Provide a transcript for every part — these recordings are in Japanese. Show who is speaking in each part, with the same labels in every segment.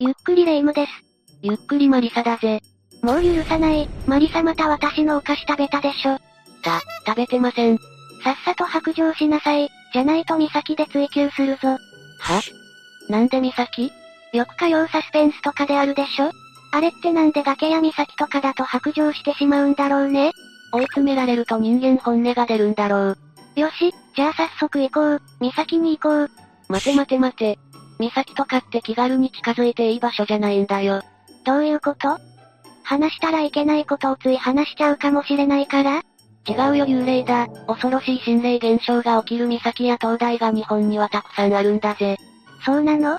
Speaker 1: ゆっくりレ夢ムです。
Speaker 2: ゆっくりマリサだぜ。
Speaker 1: もう許さない、マリサまた私のお菓子食べたでしょ。
Speaker 2: た、食べてません。
Speaker 1: さっさと白状しなさい、じゃないと美咲で追求するぞ。
Speaker 2: はなんで美咲
Speaker 1: よく火曜サスペンスとかであるでしょあれってなんで崖や美咲とかだと白状してしまうんだろうね。
Speaker 2: 追い詰められると人間本音が出るんだろう。
Speaker 1: よし、じゃあ早速行こう、美咲に行こう。
Speaker 2: 待て待て待て。美咲とかって気軽に近づいていい場所じゃないんだよ。
Speaker 1: どういうこと話したらいけないことをつい話しちゃうかもしれないから
Speaker 2: 違うよ幽霊だ。恐ろしい心霊現象が起きる美咲や東大が日本にはたくさんあるんだぜ。
Speaker 1: そうなの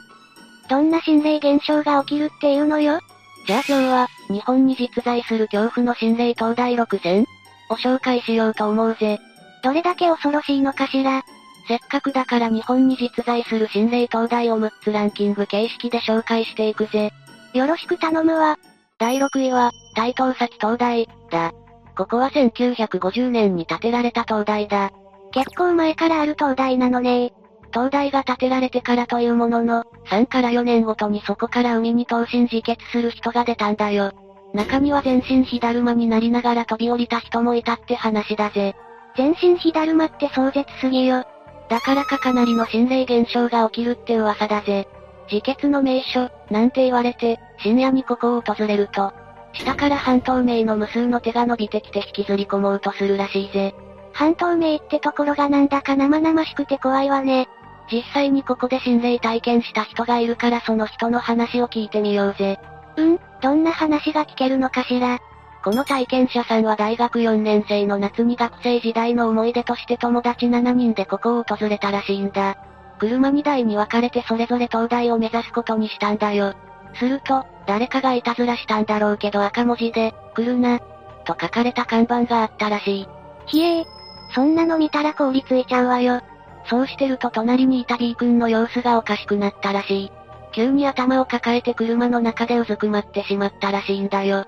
Speaker 1: どんな心霊現象が起きるっていうのよ
Speaker 2: じゃあ今日は、日本に実在する恐怖の心霊東大6選を紹介しようと思うぜ。
Speaker 1: どれだけ恐ろしいのかしら
Speaker 2: せっかくだから日本に実在する心霊東大を6つランキング形式で紹介していくぜ。
Speaker 1: よろしく頼むわ。
Speaker 2: 第6位は、大東崎東大、だ。ここは1950年に建てられた東大だ。
Speaker 1: 結構前からある東大なのね
Speaker 2: 東大が建てられてからというものの、3から4年ごとにそこから海に投身自決する人が出たんだよ。中には全身火だるまになりながら飛び降りた人もいたって話だぜ。
Speaker 1: 全身火だるまって壮絶すぎよ。
Speaker 2: だからかかなりの心霊現象が起きるって噂だぜ。自決の名所、なんて言われて、深夜にここを訪れると、下から半透明の無数の手が伸びてきて引きずり込もうとするらしいぜ。
Speaker 1: 半透明ってところがなんだか生々しくて怖いわね。
Speaker 2: 実際にここで心霊体験した人がいるからその人の話を聞いてみようぜ。
Speaker 1: うん、どんな話が聞けるのかしら。
Speaker 2: この体験者さんは大学4年生の夏に学生時代の思い出として友達7人でここを訪れたらしいんだ。車2台に分かれてそれぞれ東大を目指すことにしたんだよ。すると、誰かがいたずらしたんだろうけど赤文字で、来るな、と書かれた看板があったらしい。
Speaker 1: ひえー。そんなの見たら凍りついちゃうわよ。
Speaker 2: そうしてると隣にいた B 君の様子がおかしくなったらしい。急に頭を抱えて車の中でうずくまってしまったらしいんだよ。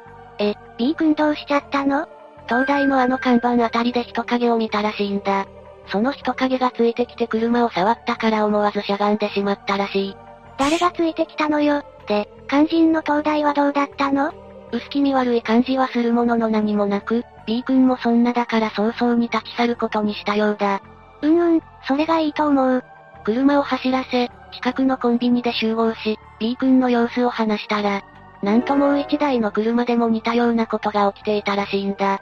Speaker 1: B 君どうしちゃったの
Speaker 2: 東大のあの看板あたりで人影を見たらしいんだ。その人影がついてきて車を触ったから思わずしゃがんでしまったらしい。
Speaker 1: 誰がついてきたのよ。で、肝心の東大はどうだったの
Speaker 2: 薄気味悪い感じはするものの何もなく、B 君もそんなだから早々に立ち去ることにしたようだ。
Speaker 1: うんうん、それがいいと思う。
Speaker 2: 車を走らせ、近くのコンビニで集合し、B 君の様子を話したら、なんともう一台の車でも似たようなことが起きていたらしいんだ。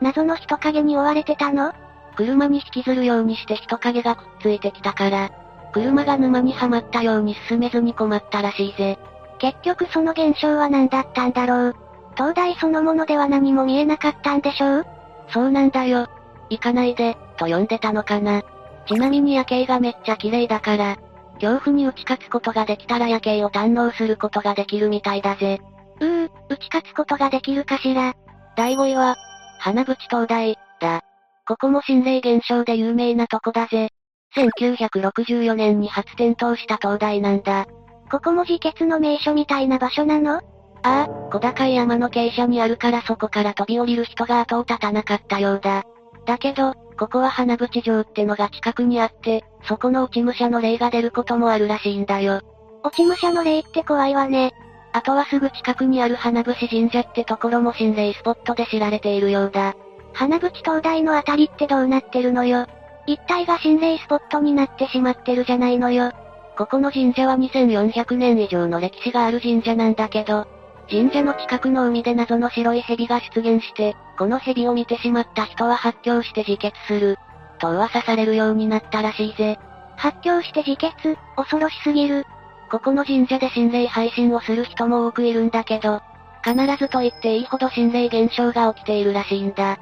Speaker 1: 謎の人影に追われてたの
Speaker 2: 車に引きずるようにして人影がくっついてきたから、車が沼にはまったように進めずに困ったらしいぜ。
Speaker 1: 結局その現象は何だったんだろう。東大そのものでは何も見えなかったんでしょう
Speaker 2: そうなんだよ。行かないで、と呼んでたのかな。ちなみに夜景がめっちゃ綺麗だから、恐怖に打ち勝つことができたら夜景を堪能することができるみたいだぜ。
Speaker 1: うー、打ち勝つことができるかしら。
Speaker 2: 第5位は、花口灯台、だ。ここも心霊現象で有名なとこだぜ。1964年に初点灯した灯台なんだ。
Speaker 1: ここも自決の名所みたいな場所なの
Speaker 2: ああ、小高い山の傾斜にあるからそこから飛び降りる人が後を絶たなかったようだ。だけど、ここは花淵城ってのが近くにあって、そこの落ち武者の霊が出ることもあるらしいんだよ。
Speaker 1: 落ち武者の霊って怖いわね。
Speaker 2: あとはすぐ近くにある花淵神社ってところも心霊スポットで知られているようだ。
Speaker 1: 花淵灯台のあたりってどうなってるのよ。一帯が心霊スポットになってしまってるじゃないのよ。
Speaker 2: ここの神社は2400年以上の歴史がある神社なんだけど、神社の近くの海で謎の白い蛇が出現して、この蛇を見てしまった人は発狂して自決する、と噂されるようになったらしいぜ。
Speaker 1: 発狂して自決、恐ろしすぎる。
Speaker 2: ここの神社で心霊配信をする人も多くいるんだけど、必ずと言っていいほど心霊現象が起きているらしいんだ。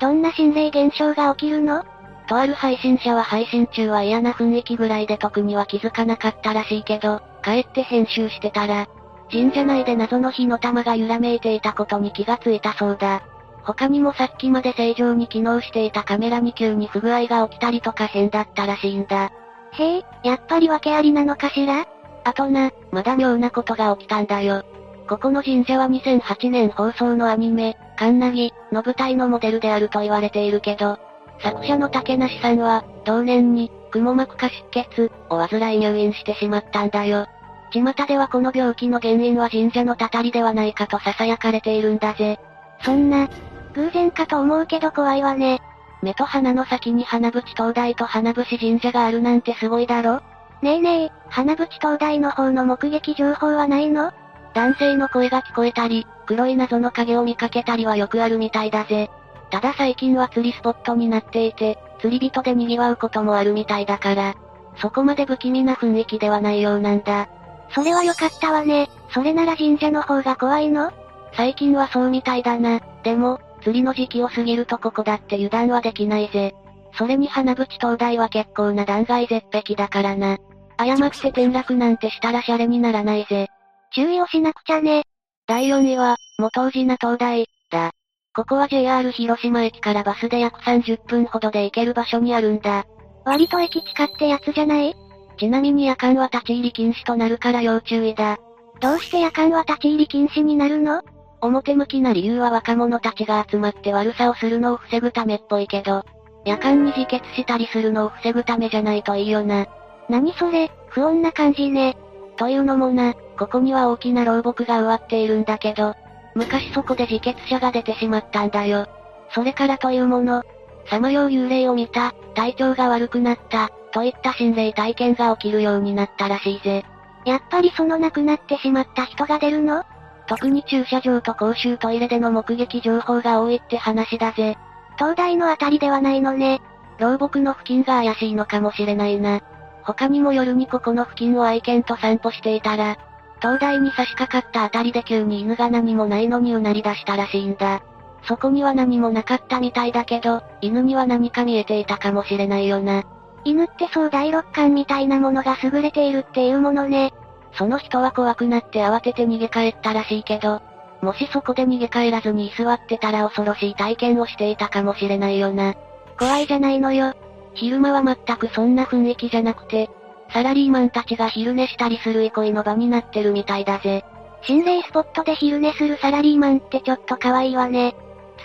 Speaker 1: どんな心霊現象が起きるの
Speaker 2: とある配信者は配信中は嫌な雰囲気ぐらいで特には気づかなかったらしいけど、帰って編集してたら、神社内で謎の火の玉が揺らめいていたことに気がついたそうだ。他にもさっきまで正常に機能していたカメラに急に不具合が起きたりとか変だったらしいんだ。
Speaker 1: へえ、やっぱり訳ありなのかしら
Speaker 2: あとな、まだ妙なことが起きたんだよ。ここの神社は2008年放送のアニメ、カンナギの舞台のモデルであると言われているけど、作者の竹梨さんは、同年に、くも膜下出血を患い入院してしまったんだよ。巷ではこの病気の原因は神社のたたりではないかと囁かれているんだぜ。
Speaker 1: そんな、偶然かと思うけど怖いわね。
Speaker 2: 目と鼻の先に花淵灯台と花淵神社があるなんてすごいだろ
Speaker 1: ねえねえ、花淵灯台の方の目撃情報はないの
Speaker 2: 男性の声が聞こえたり、黒い謎の影を見かけたりはよくあるみたいだぜ。ただ最近は釣りスポットになっていて、釣り人で賑わうこともあるみたいだから、そこまで不気味な雰囲気ではないようなんだ。
Speaker 1: それは良かったわね。それなら神社の方が怖いの
Speaker 2: 最近はそうみたいだな。でも、釣りの時期を過ぎるとここだって油断はできないぜ。それに花淵灯台は結構な断崖絶壁だからな。誤って転落なんてしたらシャレにならないぜ。
Speaker 1: 注意をしなくちゃね。
Speaker 2: 第4位は、元宇品灯台、だ。ここは JR 広島駅からバスで約30分ほどで行ける場所にあるんだ。
Speaker 1: 割と駅近ってやつじゃない
Speaker 2: ちなみに夜間は立ち入り禁止となるから要注意だ。
Speaker 1: どうして夜間は立ち入り禁止になるの
Speaker 2: 表向きな理由は若者たちが集まって悪さをするのを防ぐためっぽいけど、夜間に自決したりするのを防ぐためじゃないといいよな。
Speaker 1: 何それ、不穏な感じね。
Speaker 2: というのもな、ここには大きな老木が植わっているんだけど、昔そこで自決者が出てしまったんだよ。それからというもの、さまよう幽霊を見た、体調が悪くなった、といった心霊体験が起きるようになったらしいぜ。
Speaker 1: やっぱりその亡くなってしまった人が出るの
Speaker 2: 特に駐車場と公衆トイレでの目撃情報が多いって話だぜ。
Speaker 1: 東大のあたりではないのね。
Speaker 2: 老木の付近が怪しいのかもしれないな。他にも夜にここの付近を愛犬と散歩していたら、灯台に差し掛かったあたりで急に犬が何もないのにうなり出したらしいんだ。そこには何もなかったみたいだけど、犬には何か見えていたかもしれないよな。
Speaker 1: 犬ってそう第六感みたいなものが優れているっていうものね。
Speaker 2: その人は怖くなって慌てて逃げ帰ったらしいけど、もしそこで逃げ帰らずに居座ってたら恐ろしい体験をしていたかもしれないよな。
Speaker 1: 怖いじゃないのよ。
Speaker 2: 昼間は全くそんな雰囲気じゃなくて、サラリーマンたちが昼寝したりする憩いの場になってるみたいだぜ。
Speaker 1: 心霊スポットで昼寝するサラリーマンってちょっと可愛いわね。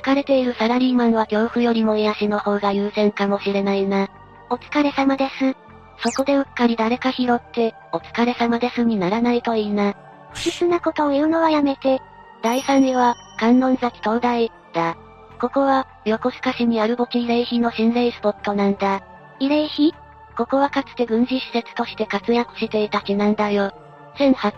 Speaker 2: 疲れているサラリーマンは恐怖よりも癒しの方が優先かもしれないな。
Speaker 1: お疲れ様です。
Speaker 2: そこでうっかり誰か拾って、お疲れ様ですにならないといいな。
Speaker 1: 不思議なことを言うのはやめて。
Speaker 2: 第3位は、観音崎灯台、だ。ここは、横須賀市にある墓地慰霊碑の心霊スポットなんだ。
Speaker 1: 慰霊碑
Speaker 2: ここはかつて軍事施設として活躍していた地なんだよ。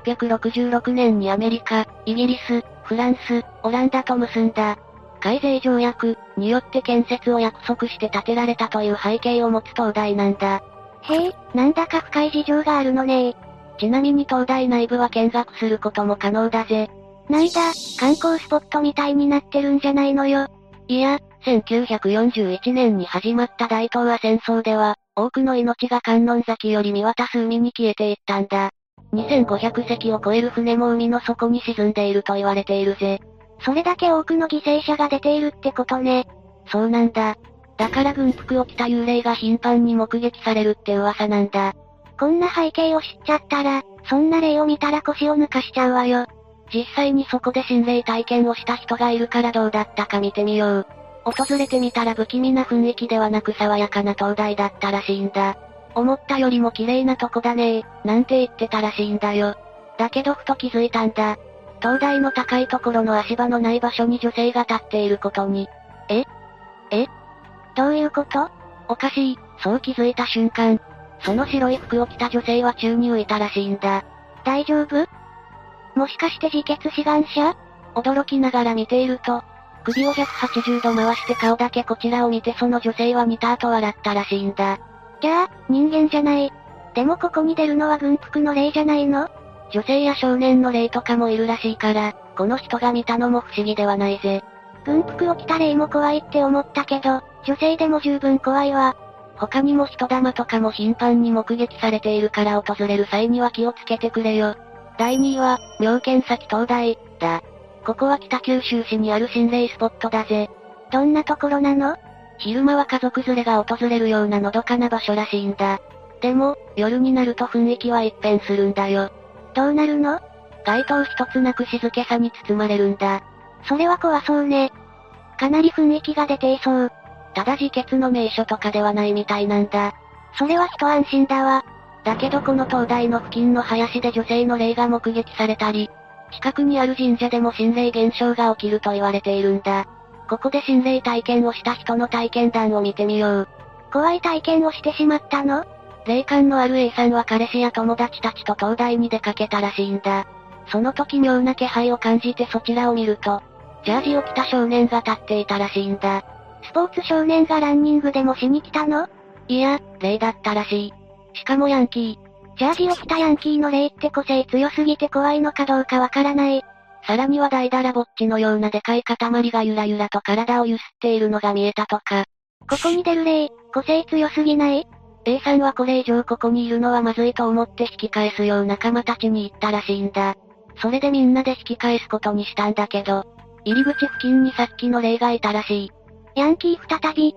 Speaker 2: 1866年にアメリカ、イギリス、フランス、オランダと結んだ、改正条約によって建設を約束して建てられたという背景を持つ灯台なんだ。
Speaker 1: へえ、なんだか深い事情があるのね
Speaker 2: ちなみに灯台内部は見学することも可能だぜ。
Speaker 1: なんだ、観光スポットみたいになってるんじゃないのよ。
Speaker 2: いや、1941年に始まった大東亜戦争では、多くの命が観音崎より見渡す海に消えていったんだ。2500隻を超える船も海の底に沈んでいると言われているぜ。
Speaker 1: それだけ多くの犠牲者が出ているってことね。
Speaker 2: そうなんだ。だから軍服を着た幽霊が頻繁に目撃されるって噂なんだ。
Speaker 1: こんな背景を知っちゃったら、そんな霊を見たら腰を抜かしちゃうわよ。
Speaker 2: 実際にそこで心霊体験をした人がいるからどうだったか見てみよう。訪れてみたら不気味な雰囲気ではなく爽やかな灯台だったらしいんだ。思ったよりも綺麗なとこだねー、なんて言ってたらしいんだよ。だけどふと気づいたんだ。灯台の高いところの足場のない場所に女性が立っていることに。ええ
Speaker 1: どういうこと
Speaker 2: おかしい、そう気づいた瞬間。その白い服を着た女性は宙に浮いたらしいんだ。
Speaker 1: 大丈夫もしかして自決志願者
Speaker 2: 驚きながら見ていると、首を180度回して顔だけこちらを見てその女性は似た後笑ったらしいんだ。
Speaker 1: じゃあ、人間じゃない。でもここに出るのは軍服の霊じゃないの
Speaker 2: 女性や少年の霊とかもいるらしいから、この人が見たのも不思議ではないぜ。
Speaker 1: 軍服を着た霊も怖いって思ったけど、女性でも十分怖いわ。
Speaker 2: 他にも人玉とかも頻繁に目撃されているから訪れる際には気をつけてくれよ。第2位は、妙見崎灯台、だ。ここは北九州市にある心霊スポットだぜ。
Speaker 1: どんなところなの
Speaker 2: 昼間は家族連れが訪れるようなのどかな場所らしいんだ。でも、夜になると雰囲気は一変するんだよ。
Speaker 1: どうなるの
Speaker 2: 街灯一つなく静けさに包まれるんだ。
Speaker 1: それは怖そうね。かなり雰囲気が出ていそう。
Speaker 2: ただ自決の名所とかではないみたいなんだ。
Speaker 1: それは一安心だわ。
Speaker 2: だけどこの灯台の付近の林で女性の霊が目撃されたり、近くにある神社でも心霊現象が起きると言われているんだ。ここで心霊体験をした人の体験談を見てみよう。
Speaker 1: 怖い体験をしてしまったの
Speaker 2: 霊感のある A さんは彼氏や友達たちと灯台に出かけたらしいんだ。その時妙な気配を感じてそちらを見ると、ジャージを着た少年が立っていたらしいんだ。
Speaker 1: スポーツ少年がランニングでもしに来たの
Speaker 2: いや、霊だったらしい。しかもヤンキ
Speaker 1: ー。ジャージを着たヤンキーの霊って個性強すぎて怖いのかどうかわからない。
Speaker 2: さらには大だらぼっちのようなでかい塊がゆらゆらと体を揺すっているのが見えたとか。
Speaker 1: ここに出る霊、個性強すぎない
Speaker 2: ?A さんはこれ以上ここにいるのはまずいと思って引き返すよう仲間たちに言ったらしいんだ。それでみんなで引き返すことにしたんだけど、入り口付近にさっきの霊がいたらし
Speaker 1: い。ヤンキー再び、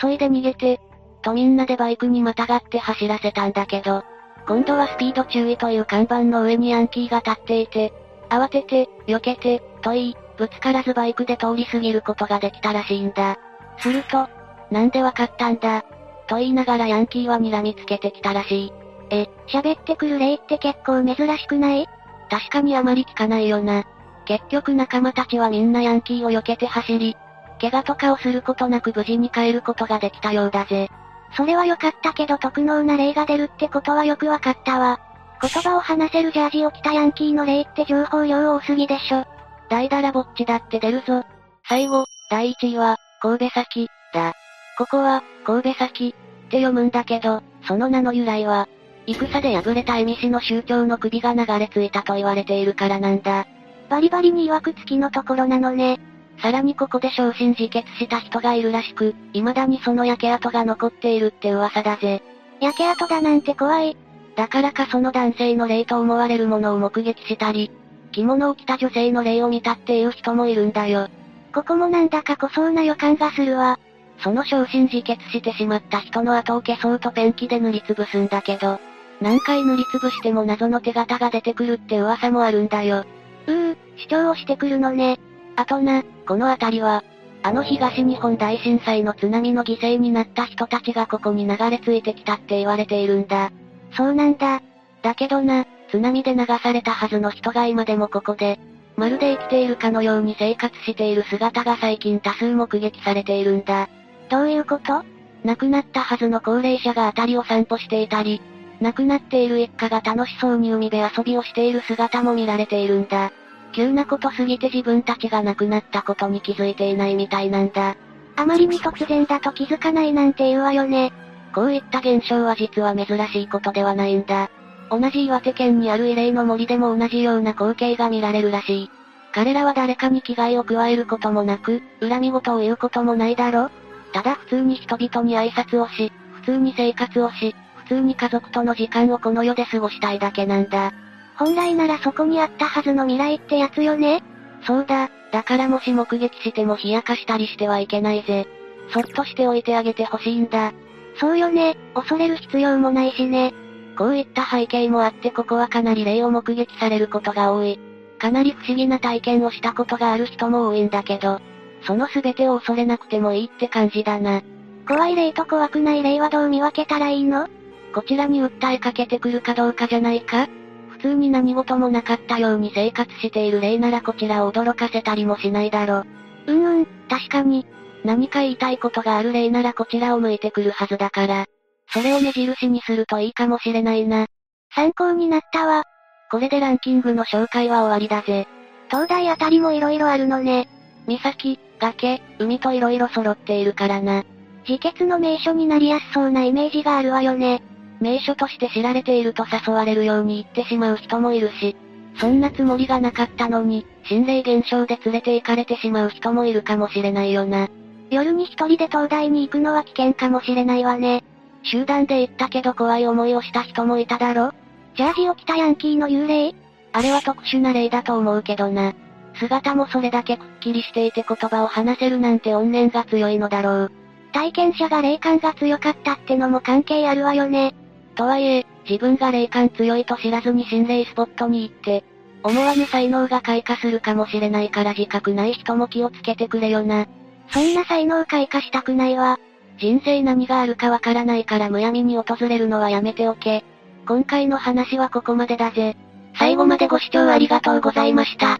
Speaker 2: 急いで逃げて、とみんなでバイクにまたがって走らせたんだけど、今度はスピード注意という看板の上にヤンキーが立っていて、慌てて、避けて、と言い、ぶつからずバイクで通り過ぎることができたらしいんだ。すると、なんでわかったんだ、と言いながらヤンキーは睨みつけてきたらしい。
Speaker 1: え、喋ってくる霊って結構珍しくない
Speaker 2: 確かにあまり聞かないよな。結局仲間たちはみんなヤンキーを避けて走り、怪我とかをすることなく無事に帰ることができたようだぜ。
Speaker 1: それは良かったけど特能な霊が出るってことはよくわかったわ。言葉を話せるジャージを着たヤンキーの霊って情報量多すぎでしょ。
Speaker 2: 大だらぼっちだって出るぞ。最後、第1位は、神戸崎、だ。ここは、神戸崎、って読むんだけど、その名の由来は、戦で敗れた恵美氏の宗教の首が流れ着いたと言われているからなんだ。
Speaker 1: バリバリに曰くつきのところなのね。
Speaker 2: さらにここで焼身自決した人がいるらしく、未だにその焼け跡が残っているって噂だぜ。
Speaker 1: 焼け跡だなんて怖い。
Speaker 2: だからかその男性の霊と思われるものを目撃したり、着物を着た女性の霊を見たっていう人もいるんだよ。
Speaker 1: ここもなんだか濃そうな予感がするわ。
Speaker 2: その焼身自決してしまった人の後を消そうとペンキで塗りつぶすんだけど、何回塗りつぶしても謎の手形が出てくるって噂もあるんだよ。
Speaker 1: うー、主張をしてくるのね。
Speaker 2: あとな、この辺りは、あの東日本大震災の津波の犠牲になった人たちがここに流れ着いてきたって言われているんだ。
Speaker 1: そうなんだ。
Speaker 2: だけどな、津波で流されたはずの人が今でもここで、まるで生きているかのように生活している姿が最近多数目撃されているんだ。
Speaker 1: どういうこと
Speaker 2: 亡くなったはずの高齢者が辺りを散歩していたり、亡くなっている一家が楽しそうに海で遊びをしている姿も見られているんだ。急なことすぎて自分たちが亡くなったことに気づいていないみたいなんだ。
Speaker 1: あまりに突然だと気づかないなんて言うわよね。
Speaker 2: こういった現象は実は珍しいことではないんだ。同じ岩手県にある異例の森でも同じような光景が見られるらしい。彼らは誰かに危害を加えることもなく、恨み事を言うこともないだろただ普通に人々に挨拶をし、普通に生活をし、普通に家族との時間をこの世で過ごしたいだけなんだ。
Speaker 1: 本来ならそこにあったはずの未来ってやつよね
Speaker 2: そうだ、だからもし目撃しても冷やかしたりしてはいけないぜ。そっとしておいてあげてほしいんだ。
Speaker 1: そうよね、恐れる必要もないしね。
Speaker 2: こういった背景もあってここはかなり霊を目撃されることが多い。かなり不思議な体験をしたことがある人も多いんだけど、その全てを恐れなくてもいいって感じだな。
Speaker 1: 怖い霊と怖くない霊はどう見分けたらいいの
Speaker 2: こちらに訴えかけてくるかどうかじゃないか普通に何事もなかったように生活している霊ならこちらを驚かせたりもしないだろ。
Speaker 1: うんうん、確かに。
Speaker 2: 何か言いたいことがある霊ならこちらを向いてくるはずだから。それを目印にするといいかもしれないな。
Speaker 1: 参考になったわ。
Speaker 2: これでランキングの紹介は終わりだぜ。
Speaker 1: 東大あたりも色々あるのね。
Speaker 2: 岬、崖、海と色々揃っているからな。
Speaker 1: 自決の名所になりやすそうなイメージがあるわよね。
Speaker 2: 名所として知られていると誘われるように言ってしまう人もいるし、そんなつもりがなかったのに、心霊現象で連れて行かれてしまう人もいるかもしれないよな。
Speaker 1: 夜に一人で東大に行くのは危険かもしれないわね。
Speaker 2: 集団で行ったけど怖い思いをした人もいただろ
Speaker 1: ジャージを着たヤンキーの幽霊
Speaker 2: あれは特殊な霊だと思うけどな。姿もそれだけくっきりしていて言葉を話せるなんて怨念が強いのだろう。
Speaker 1: 体験者が霊感が強かったってのも関係あるわよね。
Speaker 2: とはいえ、自分が霊感強いと知らずに心霊スポットに行って、思わぬ才能が開花するかもしれないから自覚ない人も気をつけてくれよな。
Speaker 1: そんな才能開花したくないわ。
Speaker 2: 人生何があるかわからないからむやみに訪れるのはやめておけ。
Speaker 3: 今回の話はここまでだぜ。
Speaker 2: 最後までご視聴ありがとうございました。